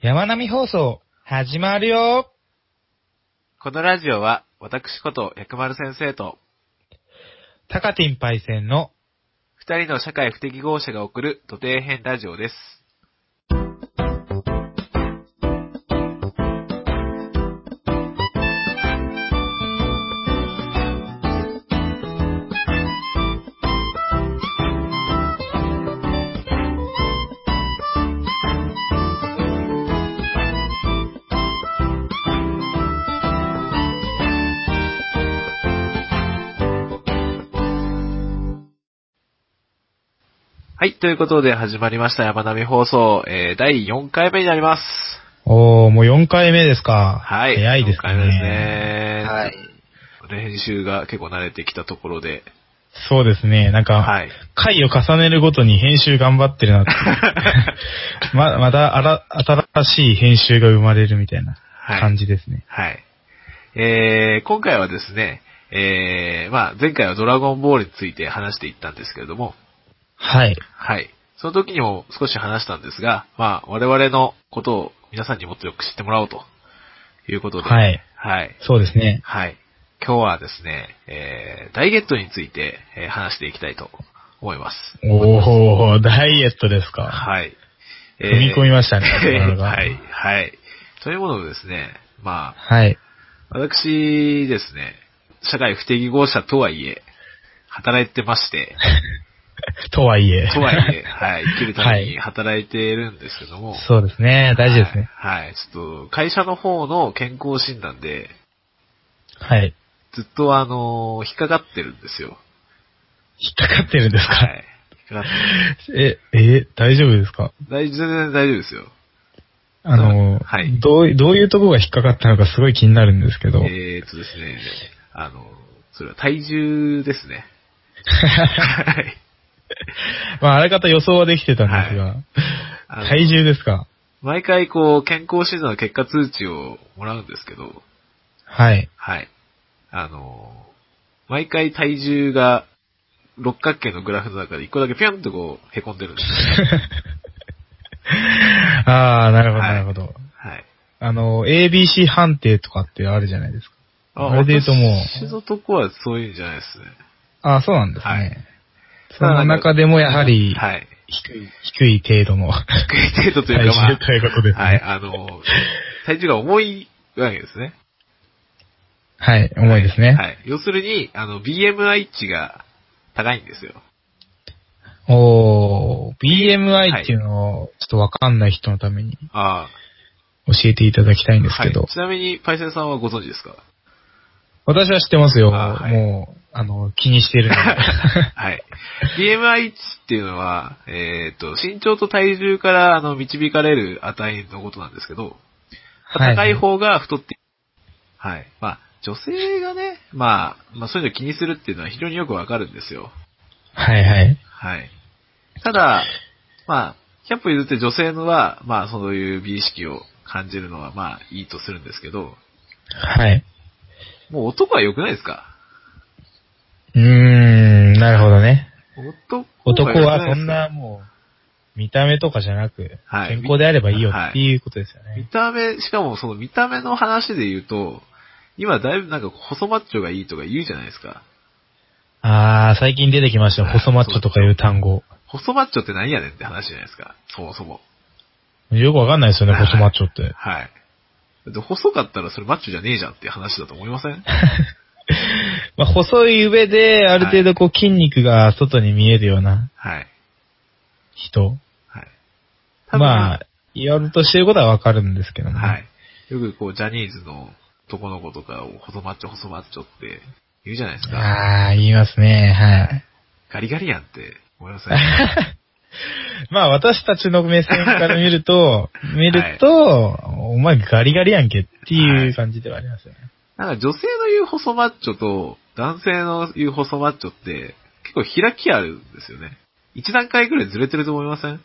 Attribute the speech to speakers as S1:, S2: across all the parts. S1: 山並放送、始まるよ
S2: このラジオは、私こと薬丸先生と、
S1: タカティンパイセンの、
S2: 二人の社会不適合者が送る土底編ラジオです。はい、ということで始まりました山並放送、えー、第4回目になります。
S1: おー、もう4回目ですか。
S2: はい。
S1: 早いです
S2: 4回目ですね。
S3: はい。。
S2: 練習が結構慣れてきたところで、
S1: そうですね。なんか、
S2: はい。
S1: 回を重ねるごとに編集頑張ってる なって。ま、またあら、新しい編集が生まれるみたいな
S2: はい
S1: 感じですね。
S2: はい。えー、今回はですね、えー、まあ前回はドラゴンボールについて話していったんですけれども、
S1: はい。
S2: はい。その時にも少し話したんですが、まあ我々のことを皆さんにもっとよく知ってもらおうということで、
S1: はい。
S2: はい。
S1: そうですね。
S2: はい。今日はですね、えー、ダイエットについて、えー話していきたいと思います。
S1: おー、ダイエットですか。
S2: はい。えー
S1: 踏み込みましたね なかなか
S2: はい、はい。というものをですね、まあ、
S1: はい。
S2: 私ですね、社会不適合者とはいえ、働いてまして、
S1: とはいえ。
S2: とはい え、はい、生きるため
S1: はい
S2: に働いているんですけども、
S1: そうですね。大事ですね。
S2: はい。はい、ちょっと、会社の方の健康診断で、
S1: はい。
S2: ずっとあの引っかかってるんですよ。
S1: 引っかかってるんですか、
S2: はい。引っかかって
S1: え、え、大丈夫ですか
S2: 大全然大丈夫ですよ。
S1: あの、
S2: はい
S1: どうい、どういうところが引っかかったのかすごい気になるんですけど。
S2: えー、っとですね、あの、それは体重ですね。はい。
S1: まあ、あらかた予想はできてたんですが、
S2: あの
S1: 体重ですか
S2: 毎回こう、健康診断の結果通知をもらうんですけど、
S1: はい。
S2: はい。あの、毎回体重が六角形のグラフの中で一個だけピョンとこう、凹んでるんで すよ。
S1: ああ、なるほど、
S2: はい
S1: なるほど。
S2: はい。
S1: あの、ABC 判定とかってあるじゃないですか。あれで言うともう
S2: 私のとこはそういうんじゃないですね。
S1: ああ、そうなんですね。
S2: はい
S1: その中でもやはり、
S2: はい。
S1: 低い、低い程度の
S2: 低い程度 とい
S1: 体
S2: うかま
S1: 重
S2: あ、
S1: ということですね。
S2: はい、あの、体重が重いわけですね。
S1: はい、重いですね。
S2: はい。要するに、あの、BMI 値が高いんですよ。
S1: おー、BMI っていうのを、ちょっとわかんない人のために
S2: あ
S1: 教えていただきたいん
S2: あ。
S1: ですけど、
S2: はい。ちなみに、パイセンさんはご存知ですか
S1: 私は知ってますよ。
S2: あはい
S1: もう、あの、気に してるので。
S2: はい。BMI 値っていうのは、えっ、と、身長と体重から、あの、導かれる値のことなんですけど、
S1: はい
S2: 高い方が太って、はい、まあ、女性がね、まあ、まあ、そういうの気にするっていうのは非常によくわかるんですよ。
S1: はいはい。
S2: はい。ただ、まあ、100歩譲って女性のは、まあ、そういう美意識を感じるのは、まあ、いいとするんですけど、
S1: はい。
S2: もう男は良くないですか
S1: うーん、なるほどね。
S2: 男
S1: 男
S2: 良くいです
S1: は
S2: か
S1: そんなもう、見た目とかじゃなく、
S2: はい
S1: 健康であればいいよっていうことですよ
S2: 見
S1: ね。
S2: た目、しかもその見た目の話で言うと、今だいぶなんか細マッチョがいいとか言うじゃないですか。
S1: あー、最近出てきましたよ。細マッチョとかいう単語。
S2: 細マッチョって何やねんって話じゃないですか。そもそも。
S1: よくわかんないですよね、
S2: はい
S1: 細マッチョって。
S2: はい。だって細かったらそれマッチョじゃねえじゃんっていう話だと思いません
S1: まあ、細い上で、ある程度こう筋肉が外に見えるような
S2: はい。
S1: 人。
S2: はい。
S1: ま
S2: あ
S1: あ、言われるとしてることはわかるんですけども。
S2: はい。よくこう、ジャニーズの男の子とかを、細マッチョ、細マッチョって言うじゃないですか。
S1: ああ、言いますね、はい。
S2: ガリガリやんって思い ませんは
S1: まあ私たちの目線から見ると、見ると、お前ガリガリやんけっていう感じではありますよね。
S2: なんか女性の言う細マッチョと、男性の言う細マッチョって、結構開きあるんですよね。一段階ぐらいずれてると思いません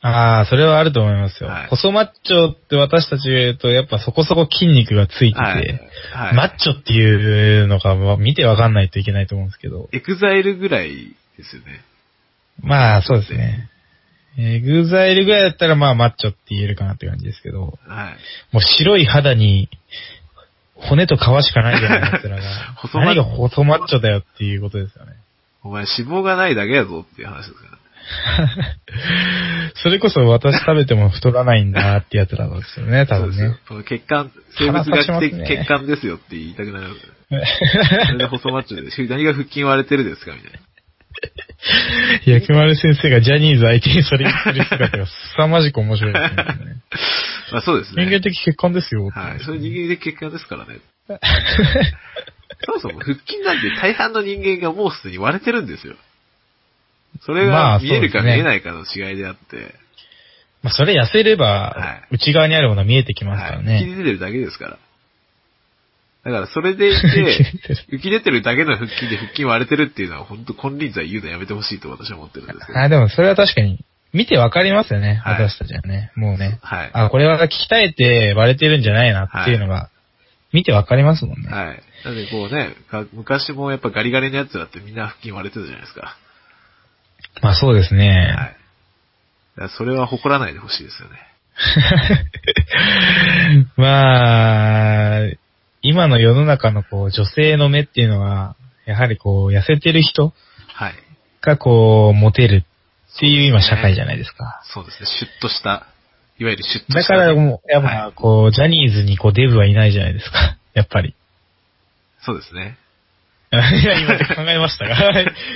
S1: ああ、それはあると思いますよ。
S2: はい
S1: 細マッチョって私たちが言うと、やっぱそこそこ筋肉がついてて、
S2: はい。はい。
S1: マッチョっていうのがまあ見てわかんないといけないと思うんですけど、
S2: エグザイルぐらいですよね。
S1: まあそうですね。えー、グーザイルぐらいだったら、まあ、マッチョって言えるかなって感じですけど、も
S2: はい。。
S1: う白い肌に、骨と皮しかないじゃないですか
S2: 細マッ
S1: 何が細マッチョだよっていうことですよね。
S2: お前脂肪がないだけやぞっていう話ですから。
S1: それこそ私食べても太らないんだってやつらなんですよね、多分ね。
S2: そうですよ。血管、生物学
S1: 腹立
S2: 的
S1: ちますね
S2: 血管ですよって言いた くなる。それで細マッチョで、何が腹筋割れてるですかみたいな。
S1: 薬丸先生がジャニーズ相手にそれ言ってる姿が凄まじく面白いですね。
S2: まあそうです
S1: 人間
S2: ね。
S1: 的欠陥ですよ。
S2: はい。それ人間的血管ですからね。 そもそも腹筋なんて大半の人間がもうすでに割れてるんですよ。それ
S1: ま
S2: が
S1: あそう
S2: 見
S1: ですね
S2: えるか見えないかの違いであって、
S1: まあ、それ痩せれ
S2: は
S1: ば、内側にあるものは見えてきますか
S2: は
S1: ら
S2: い、浮き
S1: ね。
S2: 出てるだけですから。だからそれでいて、浮き出てるだけの腹筋で腹筋割れてるっていうのは本当金輪際言うのやめてほしいと私は思ってるんですけど。
S1: あ、でもそれは確かに、見てわかりますよね、
S2: はい
S1: 私たちはね。もうね。
S2: はい。
S1: あ、これは鍛えて割れてるんじゃないなっていうのが、見てわかりますもんね。
S2: はい。なんでこうね、か昔もやっぱガリガリのやつらってみんな腹筋割れてたじゃないですか。
S1: まあそうですね。
S2: はい。だからそれは誇らないでほしいですよね。
S1: まあ、今の世の中のこう女性の目っていうのは、やはりこう痩せてる人
S2: はい。
S1: がこうモテるっていう今社会じゃないですか。
S2: そうですね。シュッとした、いわゆるシュッと
S1: だ
S2: し
S1: か
S2: た。
S1: らもう、やっぱこう、ジャニーズにこうデブはいないじゃないですか。やっぱり。
S2: そうですね。
S1: いや、今ちょっと考えました が、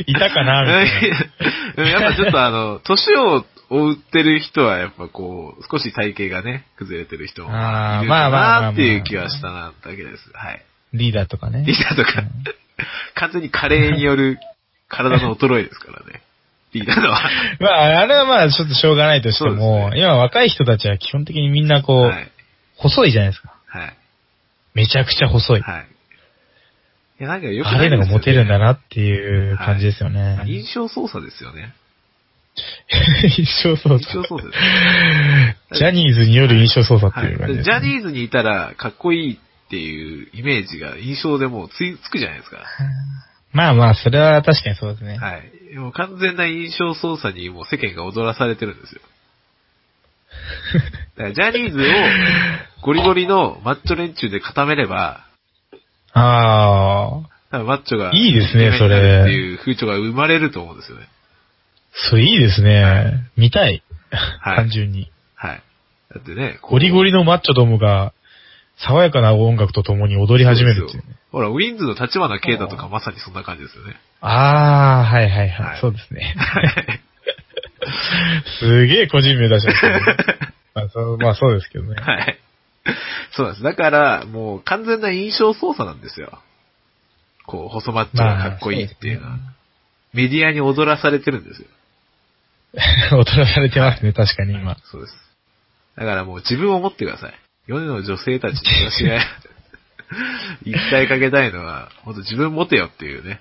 S1: いたかなみたいな。
S2: うん やっぱちょっとあの、年を追ってる人はやっぱこう、少し体型がね、崩れてる人もいる
S1: あー
S2: か
S1: まあまあまあま
S2: な
S1: あ
S2: っていう気はしたな、だけです。はい。
S1: リーダーとかね
S2: リ。ーダーとか、完全に加齢による体の衰えですからね。リーダーのは。
S1: まあ、あれはまあ、ちょっとしょうがないとして
S2: そう
S1: も、
S2: です
S1: 今若い人たちは基本的にみんなこう、
S2: はい。
S1: 細いじゃないですか。
S2: はい。
S1: めちゃくちゃ細い。
S2: はい。いや、なんかよく
S1: あ
S2: な
S1: れ
S2: い
S1: の
S2: です
S1: が
S2: よね
S1: モテるんだなっていう感じですよね。
S2: 印象操作ですよね。
S1: 印象操
S2: 印
S1: 作
S2: 象。操作です。
S1: ジャニーズによる印象操作って
S2: はい
S1: いう感じ、で
S2: ジ
S1: す
S2: ャ
S1: ね
S2: ニーズにいたらかっこいいっていうイメージが印象でもうついつくじゃないですか。
S1: まあまあ、それは確かにそうですね。
S2: はい。もう完全な印象操作にもう世間が踊らされてるん ですよ。だからジャニーズをゴリゴリのマッチョ連中で固めれば、
S1: ああ、
S2: 多分マッチョが
S1: いいですね
S2: イケメンになるっていう風潮が生まれると思うんですよね。
S1: それいいですね。見たい。
S2: はい
S1: 単純に。
S2: はい。だってね、
S1: ゴリゴリのマッチョどもが、爽やかな音楽とともに踊り始めるっていう
S2: そうです
S1: ね
S2: よ。ほら、ウィンズの立花啓太とかまさにそんな感じですよね。
S1: ああ、はいはいはい。
S2: はい
S1: そうですね。
S2: はい。
S1: すげえ個人名出しましたね、 まあそう。まあそうですけどね。
S2: はい。そうなんです。だから、もう完全な印象操作なんですよ。こう、細マッチョがかっこいいっていうのは。
S1: まあ
S2: メディアに踊らされてるんですよ。
S1: 踊らされてますね、 確かに今。
S2: そうです。だからもう自分を持ってください。世の女性たちに私 が一体かけたいのは、ほんと自分持てよっていうね。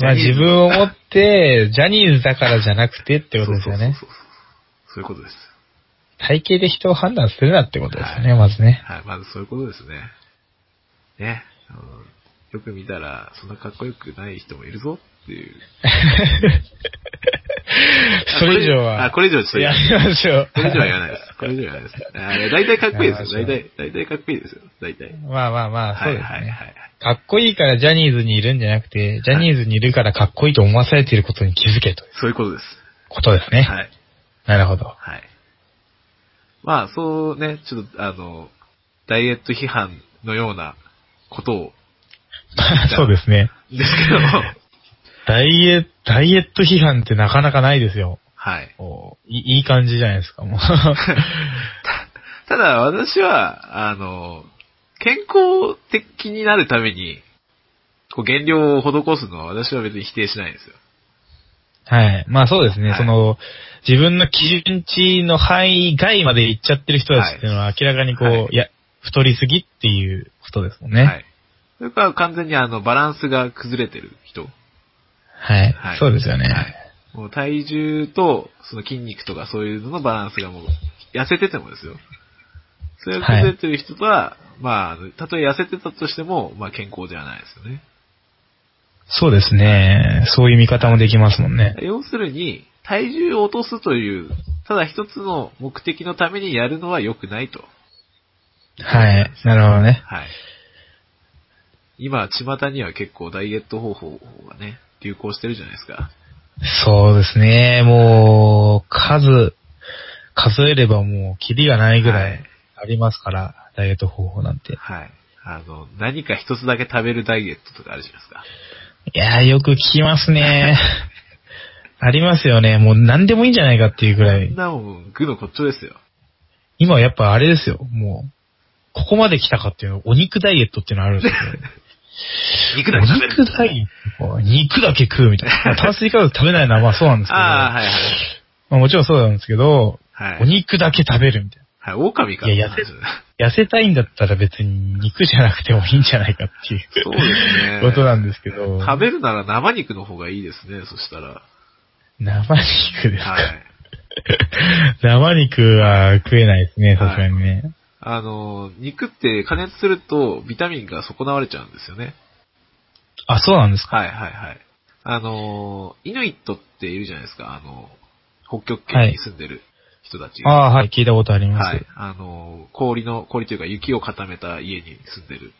S1: まあ
S2: ジャニー
S1: 自
S2: ズ
S1: 分を持って、ジャニーズだからじゃなくてってことですよね。
S2: そうそうそうそう。そういうことです。
S1: 体型で人を判断するなってことですよね、まずね。
S2: はい、まずそういうことですね。ね。うんよく見たら、そんなかっこよくない人もいるぞっていう。あ
S1: それ以上
S2: あ、
S1: は、
S2: これ以上ちょっと
S1: や
S2: 言わない
S1: めましょう。
S2: これ以上は言わな いです。これ以上は言わないです。あ大体かっこいいですよ。
S1: いや
S2: 大体、大体かっこいいですよ。大体。
S1: まあまあまあ、
S2: は
S1: そう
S2: い
S1: です
S2: はい
S1: ね。
S2: はい。
S1: かっこいいからジャニーズにいるんじゃなくて、ジャニーズにいるからかっこいいと思わされていることに気づけという
S2: そういうことです。
S1: ことですね。
S2: はい。
S1: なるほど。
S2: はい。まあ、そうね、ちょっと、あの、ダイエット批判のようなことを、
S1: まあそうですね。
S2: ですけ ど、
S1: ダイエ、ダイエット批判ってなかなかないですよ。
S2: はい。
S1: こういいい感じじゃないですか、 もう。
S2: ただ、私は、あの、健康的になるために、こう、減量を施すのは私は別に否定しないんですよ。
S1: はい。まあそうですね、
S2: はい
S1: その、自分の基準値の範囲外まで行っちゃってる人たちっていうのは明らかにこう、
S2: はい
S1: い、や、太りすぎっていうことですもんね。
S2: は
S1: はい。
S2: い。それから完全にあの、バランスが崩れてる人。はい
S1: そうですよね。
S2: はい。もう体重と、その筋肉とかそういうののバランスがもう、痩せててもですよ。それが崩れてる人とは、まああの、たとえ痩せてたとしても、まあ健康ではないですよね。
S1: そうですね。そういう見方もできますもんね。
S2: 要するに、体重を落とすという、ただ一つの目的のためにやるのは良くないと。
S1: はい。なるほどね。
S2: はい。今、巷には結構ダイエット方法がね、流行してるじゃないですか。
S1: そうですね。もう、数、数えればもう、キリがないぐら
S2: はい
S1: いありますから、ダイエット方法なんて。
S2: はい。あの、何か一つだけ食べるダイエットとかあるじゃないですか。
S1: いやー、よく聞きます ね。ありますよね。もう何でもいいんじゃないかっていうぐら
S2: そん
S1: い。
S2: なもん、具の骨頂ですよ。
S1: 今やっぱあれですよ。もう、ここまで来たかっていうの、お肉ダイエットっていうのあるんですよ。
S2: 肉だけ食べる。
S1: お肉ダイエットか肉だけ食うみたい な。まあ炭水化物食べないのはまあそうなんですけど。
S2: ああ、はい
S1: まあもちろんそうなんですけど、
S2: はい。
S1: お
S2: はい。
S1: 肉だけ食べるみたい
S2: はい、狼か。
S1: いや痩せな。痩せたいんだったら別に肉じゃなくてもいいんじゃないかっていう
S2: そうですね
S1: ことなんですけど。
S2: 食べるなら生肉の方がいいですね、そしたら。
S1: 生肉ですか、
S2: はい。
S1: 生肉は食えないですね、さすがにね。
S2: あの、肉って加熱するとビタミンが損なわれちゃうんですよね。
S1: あ、そうなんですか
S2: はいはいはい。あの、イヌイットっているじゃないですか、あの、北極
S1: は
S2: 圏
S1: い
S2: に住んでる人たちが。
S1: ああ、はい、聞いたことありま
S2: は
S1: す
S2: い。。あの、氷の、氷というか雪を固めた家に住んでる、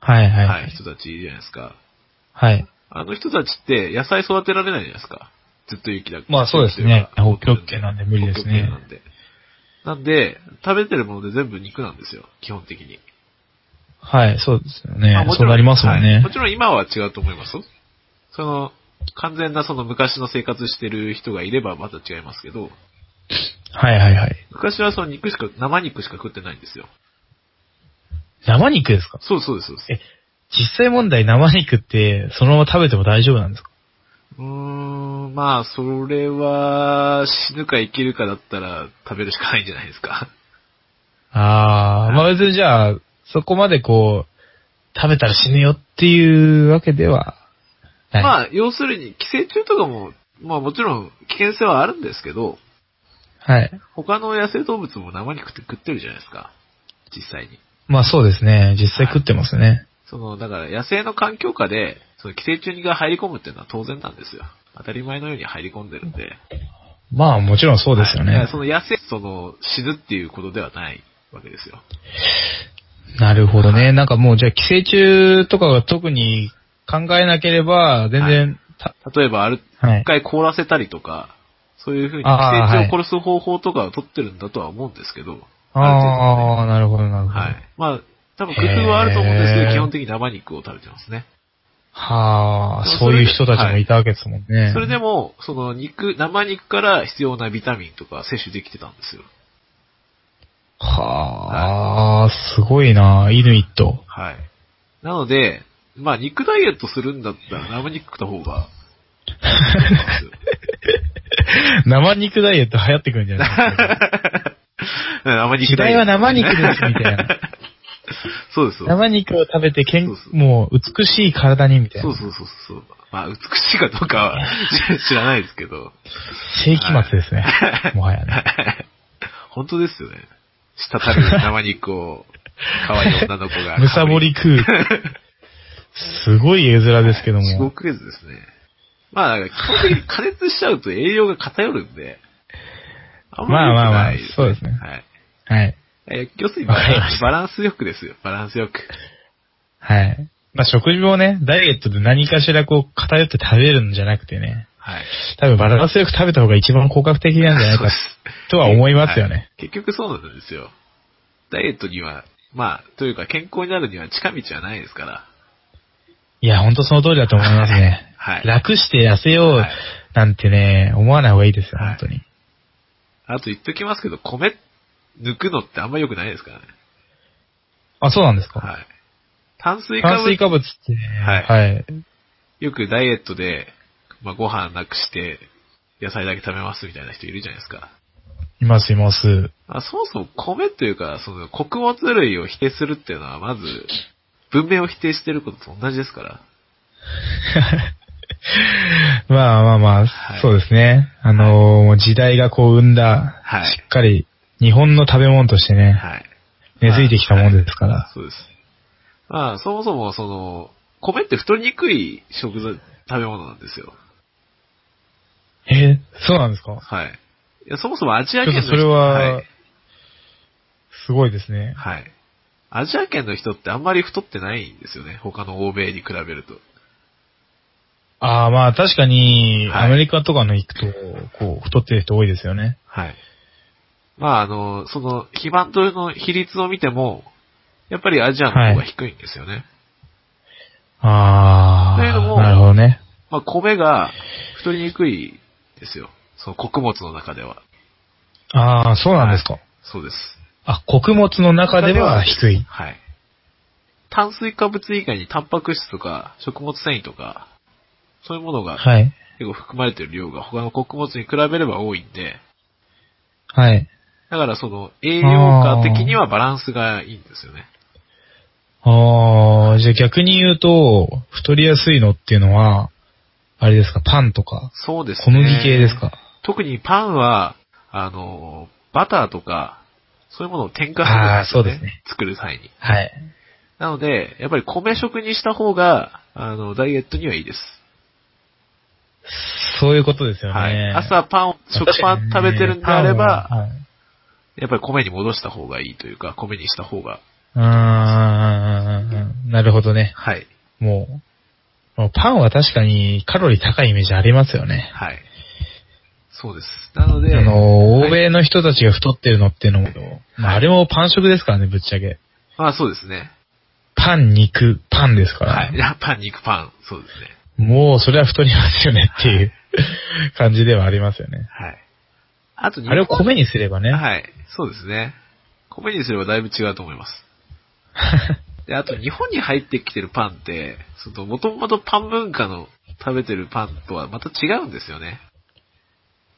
S1: はい、はい、
S2: は、
S1: はいい。
S2: 人たちいるじゃないですか。
S1: はい。
S2: あの人たちって野菜育てられないじゃないですか。ずっと雪だ
S1: まあそうですね
S2: 雪ってい
S1: 北
S2: うか
S1: 極圏なんで無理ですね
S2: 北極圏なんで。なんで、食べてるもので全部肉なんですよ、基本的に。
S1: はい、そうですよ
S2: あ
S1: ね
S2: も。ち
S1: そう
S2: ろ
S1: んなりますもん
S2: はい
S1: ね
S2: も。ちろん今は違うと思いますよその、完全なその昔の生活してる人がいればまた違いますけど、
S1: はい、はい、はい。
S2: 昔はその肉しか、生肉しか食ってないんですよ。
S1: 生肉ですか
S2: そうそうです、そうです。
S1: え実際問題生肉って、そのまま食べても大丈夫なんですか
S2: うーん、まあ、それは、死ぬか生きるかだったら食べるしかないんじゃないですか。
S1: ああ、まあ別にじゃあ、そこまでこう、食べたら死ぬよっていうわけではない。
S2: まあ、要するに、寄生虫とかも、まあもちろん危険性はあるんですけど、
S1: はい。
S2: 他の野生動物も生肉って食ってるじゃないですか。実際に。
S1: まあそうですね。実際食ってますね。
S2: その、だから野生の環境下で、その寄生虫が入り込むっていうのは当然なんですよ。当たり前のように入り込んでるんで。
S1: まあもちろんそうですよね。
S2: はいその野生、その、死ぬっていうことではないわけですよ。
S1: なるほどね。なんかもうじゃあ寄生虫とかが特に考えなければ、全然、た
S2: 例えば、ある、
S1: はい、
S2: 一回凍らせたりとか、そういうふうに寄
S1: あー
S2: 生虫を殺す方法とかを取ってるんだとは思うんですけど。
S1: ああ、なるほど、なるほど。
S2: はい。まあ、多分工夫はあると思うんですけど、
S1: へー
S2: 基本的に生肉を食べてますね。
S1: はあ、
S2: そ
S1: そうう
S2: それ
S1: い
S2: で
S1: う人たちもいたわけですもんね。
S2: それでも、その肉、生肉から必要なビタミンとか摂取できてたんですよ。
S1: はあ、すごいな、イヌイット。
S2: はい。なので、まあ肉ダイエットするんだったら生肉食った方が、
S1: 生肉ダイエット流行ってくるんじゃないですか。
S2: 生
S1: 時
S2: 肉ダイ
S1: 代
S2: エ
S1: は
S2: ット。
S1: 生肉です、みたいな。
S2: そうです、そうです。
S1: 生肉を食べて健
S2: そうそう
S1: もう美しい体に、みたい
S2: そう
S1: な。
S2: そうそうそう。まあ、美しいかどうかは 知らないですけど。
S1: 世紀末ですね。もはやね。
S2: 本当ですよね。滴る生肉を、可愛い女の子が。
S1: むさぼり食う。すごい絵面ですけど
S2: すご
S1: も。
S2: くレズですね。まあ、基本的に加熱しちゃうと栄養が偏るんで、あ良く
S1: まあまあまあ
S2: ない
S1: そうですね
S2: はい
S1: はい。
S2: え。要するにバ
S1: わかり
S2: ラ
S1: ま
S2: ン
S1: し
S2: バランスよくですよ。バランスよく。
S1: はい。まあ、食事もね、ダイエットで何かしらこう、偏って食べるんじゃなくてね、
S2: はい。
S1: 多分バランスよく食べた方が一番効果的なんじゃない
S2: そう
S1: か
S2: です。
S1: とは思いますよ
S2: は
S1: ね。
S2: い結局そうなんですよ。ダイエットには、まあ、というか健康になるには近道はないですから。
S1: いや、ほんとその通りだと思いますね。
S2: はい。
S1: 楽して痩せよう
S2: はい
S1: なんてね、思わない方がいいですよ、
S2: はい
S1: 本当に。
S2: あと言っときますけど、米抜くのってあんま良くないですからね。
S1: あ、そうなんですか。
S2: はい。炭水化
S1: 炭
S2: 物
S1: 水化物ってね、
S2: は
S1: はい。
S2: よくダイエットで、まあ、ご飯なくして、野菜だけ食べますみたいな人いるじゃないですか。
S1: います、います。
S2: あそもそも米というか、その穀物類を否定するっていうのは、まず、文明を否定してることと同じですから。
S1: まあまあまあ、
S2: い
S1: そうですね。あのー時代がこう生んだ、
S2: はい
S1: しっかり日本の食べ物としてね、
S2: はい。
S1: 根付いてきたもんですから。
S2: はいそうです。まあ、そもそも、その、米って太りにくい食材、食べ物なんですよ。
S1: え、そうなんですか
S2: はい。いや、そもそもアジ
S1: ちょ
S2: ア
S1: っ
S2: 圏の
S1: とそ
S2: 人
S1: れ
S2: は、、
S1: はいすごいですね。
S2: はい。アジア圏の人ってあんまり太ってないんですよね。他の欧米に比べると。
S1: ああ、まあ確かに、
S2: はい
S1: アメリカとかの行くと、こう、太ってる人多いですよね。
S2: はい。まあ、あの、その、基盤との比率を見ても、やっぱりアジアの方が低いんですよね。
S1: あ
S2: というの
S1: あ、
S2: も
S1: なるほどね。
S2: まあ、米が太りにくいですよ。その穀物の中では。
S1: ああ、そうなんですか。
S2: そうです。
S1: あ、穀物の中では低い。
S2: はい。炭水化物以外にタンパク質とか食物繊維とか、そういうものが
S1: はい。
S2: 結構含まれてる量が他の穀物に比べれば多いんで、
S1: はい。
S2: だからその栄養価的にはバランスがいいんですよね。
S1: ああ、じゃあ逆に言うと、太りやすいのっていうのは、あれですか、パンとか、
S2: そうですね。
S1: 小麦系ですか。
S2: 特にパンは、あの、バターとか、そういうものを添加
S1: あー
S2: するんですよ
S1: そうで
S2: ね。
S1: すね
S2: 作る際に。
S1: はい。
S2: なので、やっぱり米食にした方が、あの、ダイエットにはいいです。
S1: そういうことですよね。
S2: はい。朝パンを、食パン食べてるんであれば、やっぱり米に戻した方がいいというか、米にした方が、
S1: パンははい、うーん、なるほどね。
S2: はい。
S1: もう、もうパンは確かにカロリー高いイメージありますよね。
S2: はい。そうです。なので、
S1: あの、
S2: はい
S1: 欧米の人たちが太ってるのっていうのも、まあ、あれもパン食ですからね、ぶっちゃけ。
S2: まあそうですね。
S1: パン、肉、パンですから。
S2: はい。 やっぱ肉パン、そうですね。
S1: もう、それは太りますよねっていう 感じではありますよね。
S2: はい。あと肉
S1: あれを米にすればね。
S2: はい。そうですね。米にすればだいぶ違うと思 います。で、あと日本に入ってきてるパンって、その、もともとパン文化の食べてるパンとはまた違うんですよね。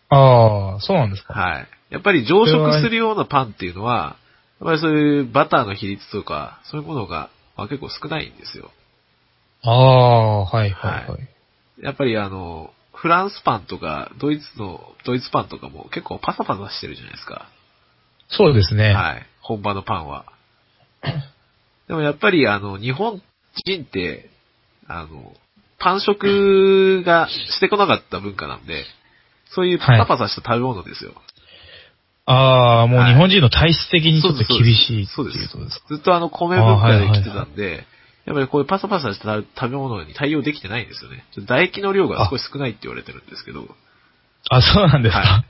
S1: ああ、そうなんですか。
S2: はい。やっぱり常食するようなパンっていうのは、やっぱりそういうバターの比率とか、そういうものが、まあ、結構少ないんですよ。
S1: ああ、はいはいは。
S2: はいやっぱりあの、フランスパンとか、ドイツの、ドイツパンとかも結構パサパサしてるじゃないですか。
S1: そうですね。
S2: はい。本場のパンは。でもやっぱりあの、日本人って、あの、パン食がしてこなかった文化なんで、そういうパサパサした食べ物ですよ。
S1: ああ、もう
S2: はい
S1: 日本人の体質的にち
S2: そ
S1: ょ
S2: う
S1: っ
S2: で
S1: と
S2: す
S1: 厳しいって
S2: そうです
S1: いうこと
S2: そう
S1: で
S2: ですす
S1: か。。
S2: ずっとあの、米文化で来てたんで、やっぱりこういうパサパサした食べ物に対応できてないんですよね。ちょっと唾液の量が少し少ないって言われてるんですけど。
S1: あ、そうなんですか。
S2: は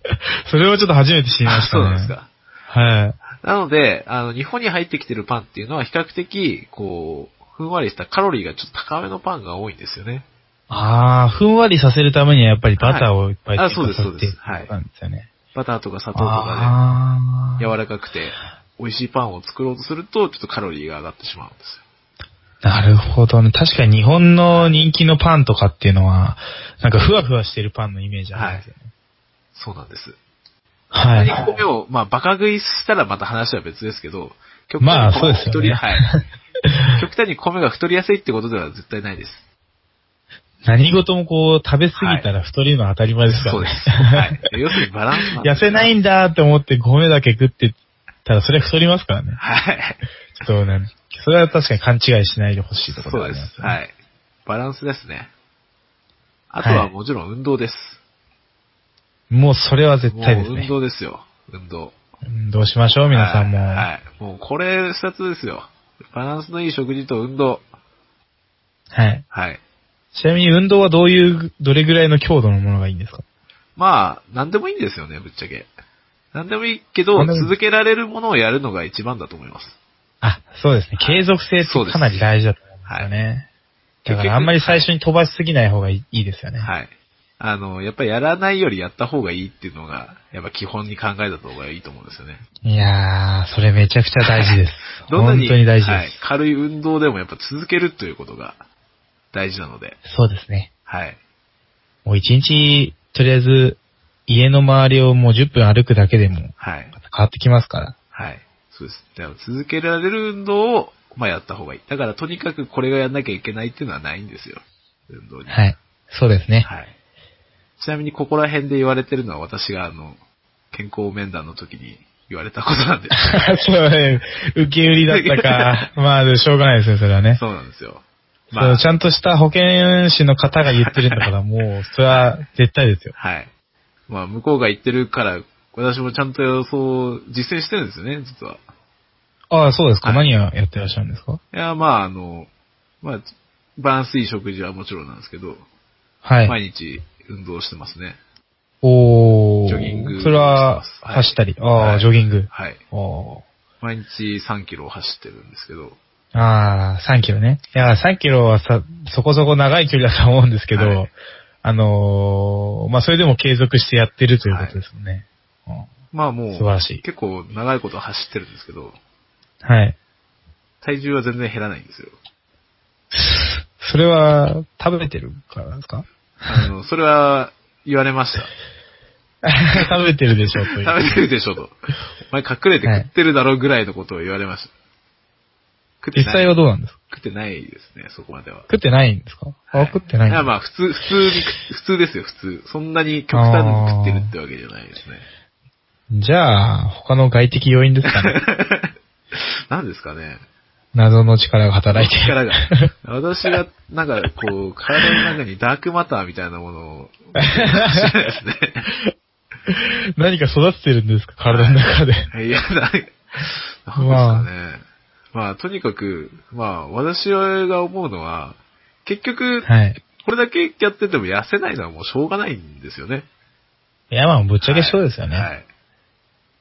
S1: それをちょっと初めて知りました、
S2: そう
S1: ね。
S2: なんです。か。
S1: はい。
S2: なので、あの、日本に入ってきてるパンっていうのは比較的、こう、ふんわりしたカロリーがちょっと高めのパンが多いんですよね。
S1: ああ、ふんわりさせるためにはやっぱりバターをいっぱい
S2: はいあ
S1: 追加さ
S2: そう
S1: せて
S2: ですそうですはい
S1: なんですよね。
S2: バターとか砂糖とか
S1: あ
S2: で、
S1: あ
S2: 柔らかくて、美味しいパンを作ろうとすると、ちょっとカロリーが上がってしまうんですよ。
S1: なるほどね。確かに日本の人気のパンとかっていうのは、なんかふわふわしてるパンのイメージありますよね。
S2: そうなんです。
S1: はい。
S2: 他に米を、まあ、バカ食いしたらまた話は別ですけど、極
S1: まあ、
S2: 端に
S1: そうです
S2: 米が太
S1: よ
S2: り、
S1: ね。
S2: はい。 極端に米が太りやすいってことでは絶対ないです。
S1: 何事もこう、食べ過ぎたら太るのは当たり前ですからね。
S2: そうです。はい。要するにバランスなんで
S1: 痩
S2: す
S1: せないんだって思って米だけ食ってたら、それは太りますからね。
S2: はい。
S1: そうなんです。それは確かに勘違いしないでほしいところ
S2: そうで
S1: ね
S2: す。はい。バランスですね。あとは
S1: はい
S2: もちろん運動です。
S1: もうそれは絶対です
S2: もう運
S1: ね。
S2: 動ですよ。運動。
S1: うんどうしましょう、皆さんも。
S2: はい。
S1: は
S2: はいもうこれ二つですよ。バランスのいい食事と運動。
S1: い。
S2: はい。
S1: ちなみに運動はどういう、どれぐらいの強度のものがいいんですか
S2: まあ、なんでもいいんですよね、ぶっちゃけ。なんでもいいけど、
S1: 何でもいい
S2: 続けられるものをやるのが一番だと思います。
S1: あ、そうですね。
S2: はい
S1: 継続性ってかなり大事だと思うんですよね。だからあんまり最初に飛ばしすぎない方がいいいいですよね。
S2: はい。あの、やっぱりやらないよりやった方がいいっていうのが、やっぱ基本に考えた方がいいと思うんですよね。
S1: いやー、それめちゃくちゃ大事です。
S2: どんな
S1: 本
S2: に
S1: 当に大事です。
S2: はい、軽い運動でもやっぱ続けるということが大事なので。
S1: そうですね。
S2: はい。
S1: もう一日、とりあえず、家の周りをもう10分歩くだけでも変
S2: はい。
S1: わってきますから。
S2: はい。そうです。だから続けられる運動を、まあ、やった方がいい。だからとにかくこれがやんなきゃいけないっていうのはないんですよ。運動に。い。
S1: はい。そうですね。
S2: はい。ちなみにここら辺で言われてるのは私があの、健康面談の時に言われたことな んです。
S1: そうね。受け売りだったか。まあ、しょうがないですね、それはね。
S2: そうなんですよ。まあ
S1: そうちゃんとした保健師の方が言ってるんだから、もう、それは絶対ですよ。
S2: はい。まあ、向こうが言ってるから、私もちゃんと予想、実践してるんですよね、実は。
S1: ああ、そうですか。
S2: はい
S1: 何をやってらっしゃるんですか
S2: いや、まあ、あの、まあ、バランスいい食事はもちろんなんですけど、
S1: はい。
S2: 毎日運動してますね。
S1: おー。
S2: ジョギング
S1: それは、
S2: してますはい
S1: 走ったり。あ
S2: は
S1: あ、
S2: い
S1: ジョギング。
S2: はい。
S1: おー。
S2: 毎日3キロ走ってるんですけど。
S1: ああ、3キロね。いや、3キロはさ、そこそこ長い距離だと思うんですけど、
S2: はい
S1: あのーまあ、それでも継続してやってるということですもんね。うん
S2: まあもう、
S1: 素晴らしい
S2: 結構長いこと走ってるんですけど、
S1: はい。
S2: 体重は全然減らないんですよ。
S1: それは、食べてるからなんです か
S2: あの、それは言われました。
S1: 食べてるでしょ、と
S2: 食
S1: い
S2: べ
S1: う。
S2: てるでしょと。お前隠れて食ってるだろうぐらいのことを言われました。食って
S1: 実
S2: ない。
S1: 際はどうなんですか
S2: 食ってないですね、そこまでは。
S1: 食ってないんですか、あ、食ってないん
S2: い
S1: だ
S2: や、まあ、普通、普通に食、普通ですよ、普通。そんなに極端に食ってるってわけじゃないですね。
S1: じゃあ、他の外的要因ですかね
S2: 何ですかね。
S1: 謎の力が働いてる。
S2: 力が。私が、なんか、こう、体の中にダークマターみたいなものを、ですね。
S1: 何か育ててるんですか体の中で。
S2: いや、な、なんですかね。まあ、とにかく、まあ、私が思うのは、結局、
S1: はい。
S2: これだけやってても痩せないのはもうしょうがないんですよね。
S1: いや、まあ、ぶっちゃけそうですよね。
S2: はいはい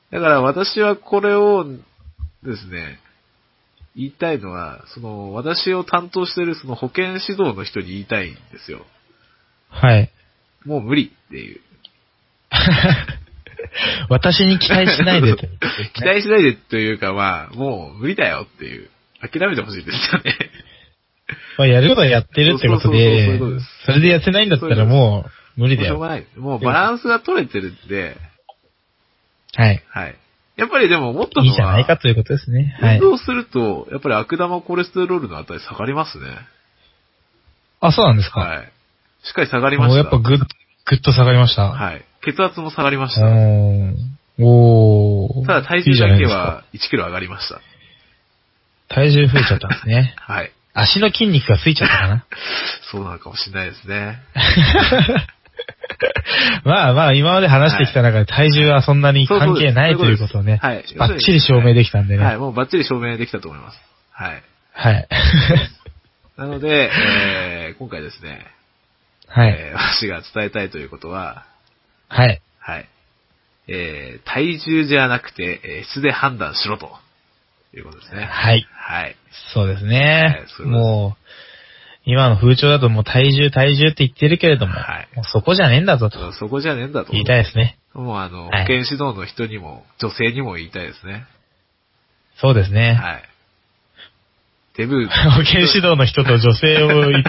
S2: だから私はこれをですね、言いたいのは、その、私を担当しているその保健指導の人に言いたいんですよ。
S1: はい。
S2: もう無理っていう。
S1: 私に期待しないでと。
S2: 期待しないでというか、まあ、もう無理だよっていう。諦めてほしいんですよね。
S1: まあ、やることはやってるってことで
S2: そうそうそうそういうことです、
S1: それで痩せないんだったらもう無理
S2: もう
S1: だ
S2: しょう
S1: よ。
S2: がない。もうバランスが取れてるんで、
S1: はい。
S2: はい。やっぱりでも思ったのは、
S1: いいじゃないかということですね。は
S2: 運
S1: い。
S2: 動すると、やっぱり悪玉コレステロールの値下がりますね。
S1: あ、そうなんですか。
S2: はい。しっかり下がりま
S1: もう
S2: し。
S1: やったぱぐっ、ぐっと下がりました。
S2: はい。血圧も下がりまし
S1: う
S2: た。
S1: ーん。おー。
S2: ただ体
S1: いい
S2: 重
S1: じゃな
S2: だ
S1: い
S2: け
S1: ですか。
S2: は1キロ上がりました。。
S1: 体重増えちゃったんですね
S2: はい。
S1: 足の筋肉がついちゃったかな。
S2: そうなのかもしれないですね。
S1: まあまあ、今まで話してきた中で体重はそんなに関係ないということをね、
S2: そうです
S1: バ
S2: そ
S1: ッ
S2: うですは
S1: チ
S2: い
S1: リ証明できたんで
S2: はい。
S1: ね。
S2: もうバッチリ証明できたと思います。はい。
S1: はい。
S2: なので、えー、今回ですね、
S1: はい。
S2: えー、私が伝えたいということは、
S1: はい。
S2: はい。えー、体重じゃなくて、えー質で判断しろと。いうことですね。
S1: はい。
S2: はい。
S1: そうですね
S2: はい。そうです
S1: もう、今の風潮だともう体重体重って言ってるけれども、
S2: はい
S1: もうそこじゃねえんだぞと
S2: そこじゃねえんだと。
S1: 言いたいですね。
S2: もうあの、保
S1: はい
S2: 健指導の人にも、女性にも言いたいですね。
S1: そうですね。
S2: はい。デ ブ、
S1: 保健指導の人と女性をい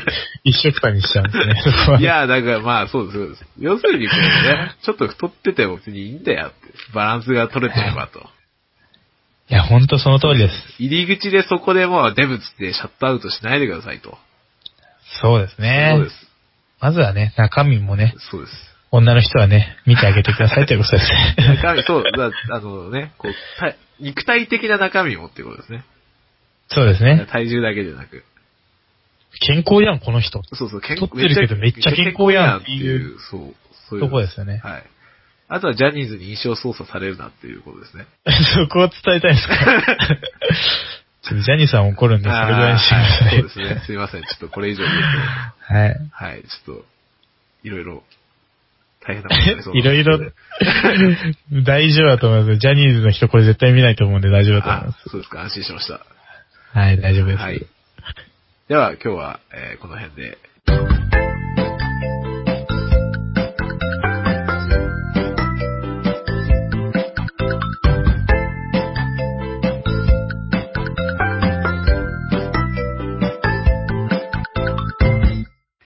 S1: 一緒くたにしちゃうんです ね。そこはい
S2: や、だからまあそうですそうです。要するにこ うね、ちょっと太ってても別にいいんだよって。バランスが取れてればと。
S1: いや、ほんとその通りです。
S2: 入り口でそこでもうデブつってシャットアウトしないでくださいと。
S1: そうですね。
S2: そうです。
S1: まずはね、中身もね、
S2: そうです。
S1: 女の人はね、見てあげてくださいということですね。
S2: 中身、そう、だあのね、こう、体肉体的な中身もっていうことですね。
S1: そうですね。
S2: 体重だけじゃなく。
S1: 健康やん、この人。
S2: そうそう、健
S1: 太ってるけどめっちゃ健康やんっていう、
S2: そう、そういう。
S1: とこですよね。
S2: はい。あとはジャニーズに印象操作されるなっていうことですね。
S1: そこを伝えたい ですかちょっとジャニーさん怒るんで、それぐらいにして
S2: あーはいそうで
S1: く
S2: す
S1: ださい。
S2: ね。すいません。ちょっとこれ以上言う
S1: はい。
S2: と、はい、ちょっと、いろいろ、大変なことになりそ う
S1: いろいろ、大丈夫だと思います。ジャニーズの人これ絶対見ないと思うんで大丈夫だと思いま
S2: あ
S1: す。、
S2: そうですか。安心しました。
S1: はい、大丈夫です。
S2: はい。では、今日は、えーこの辺で、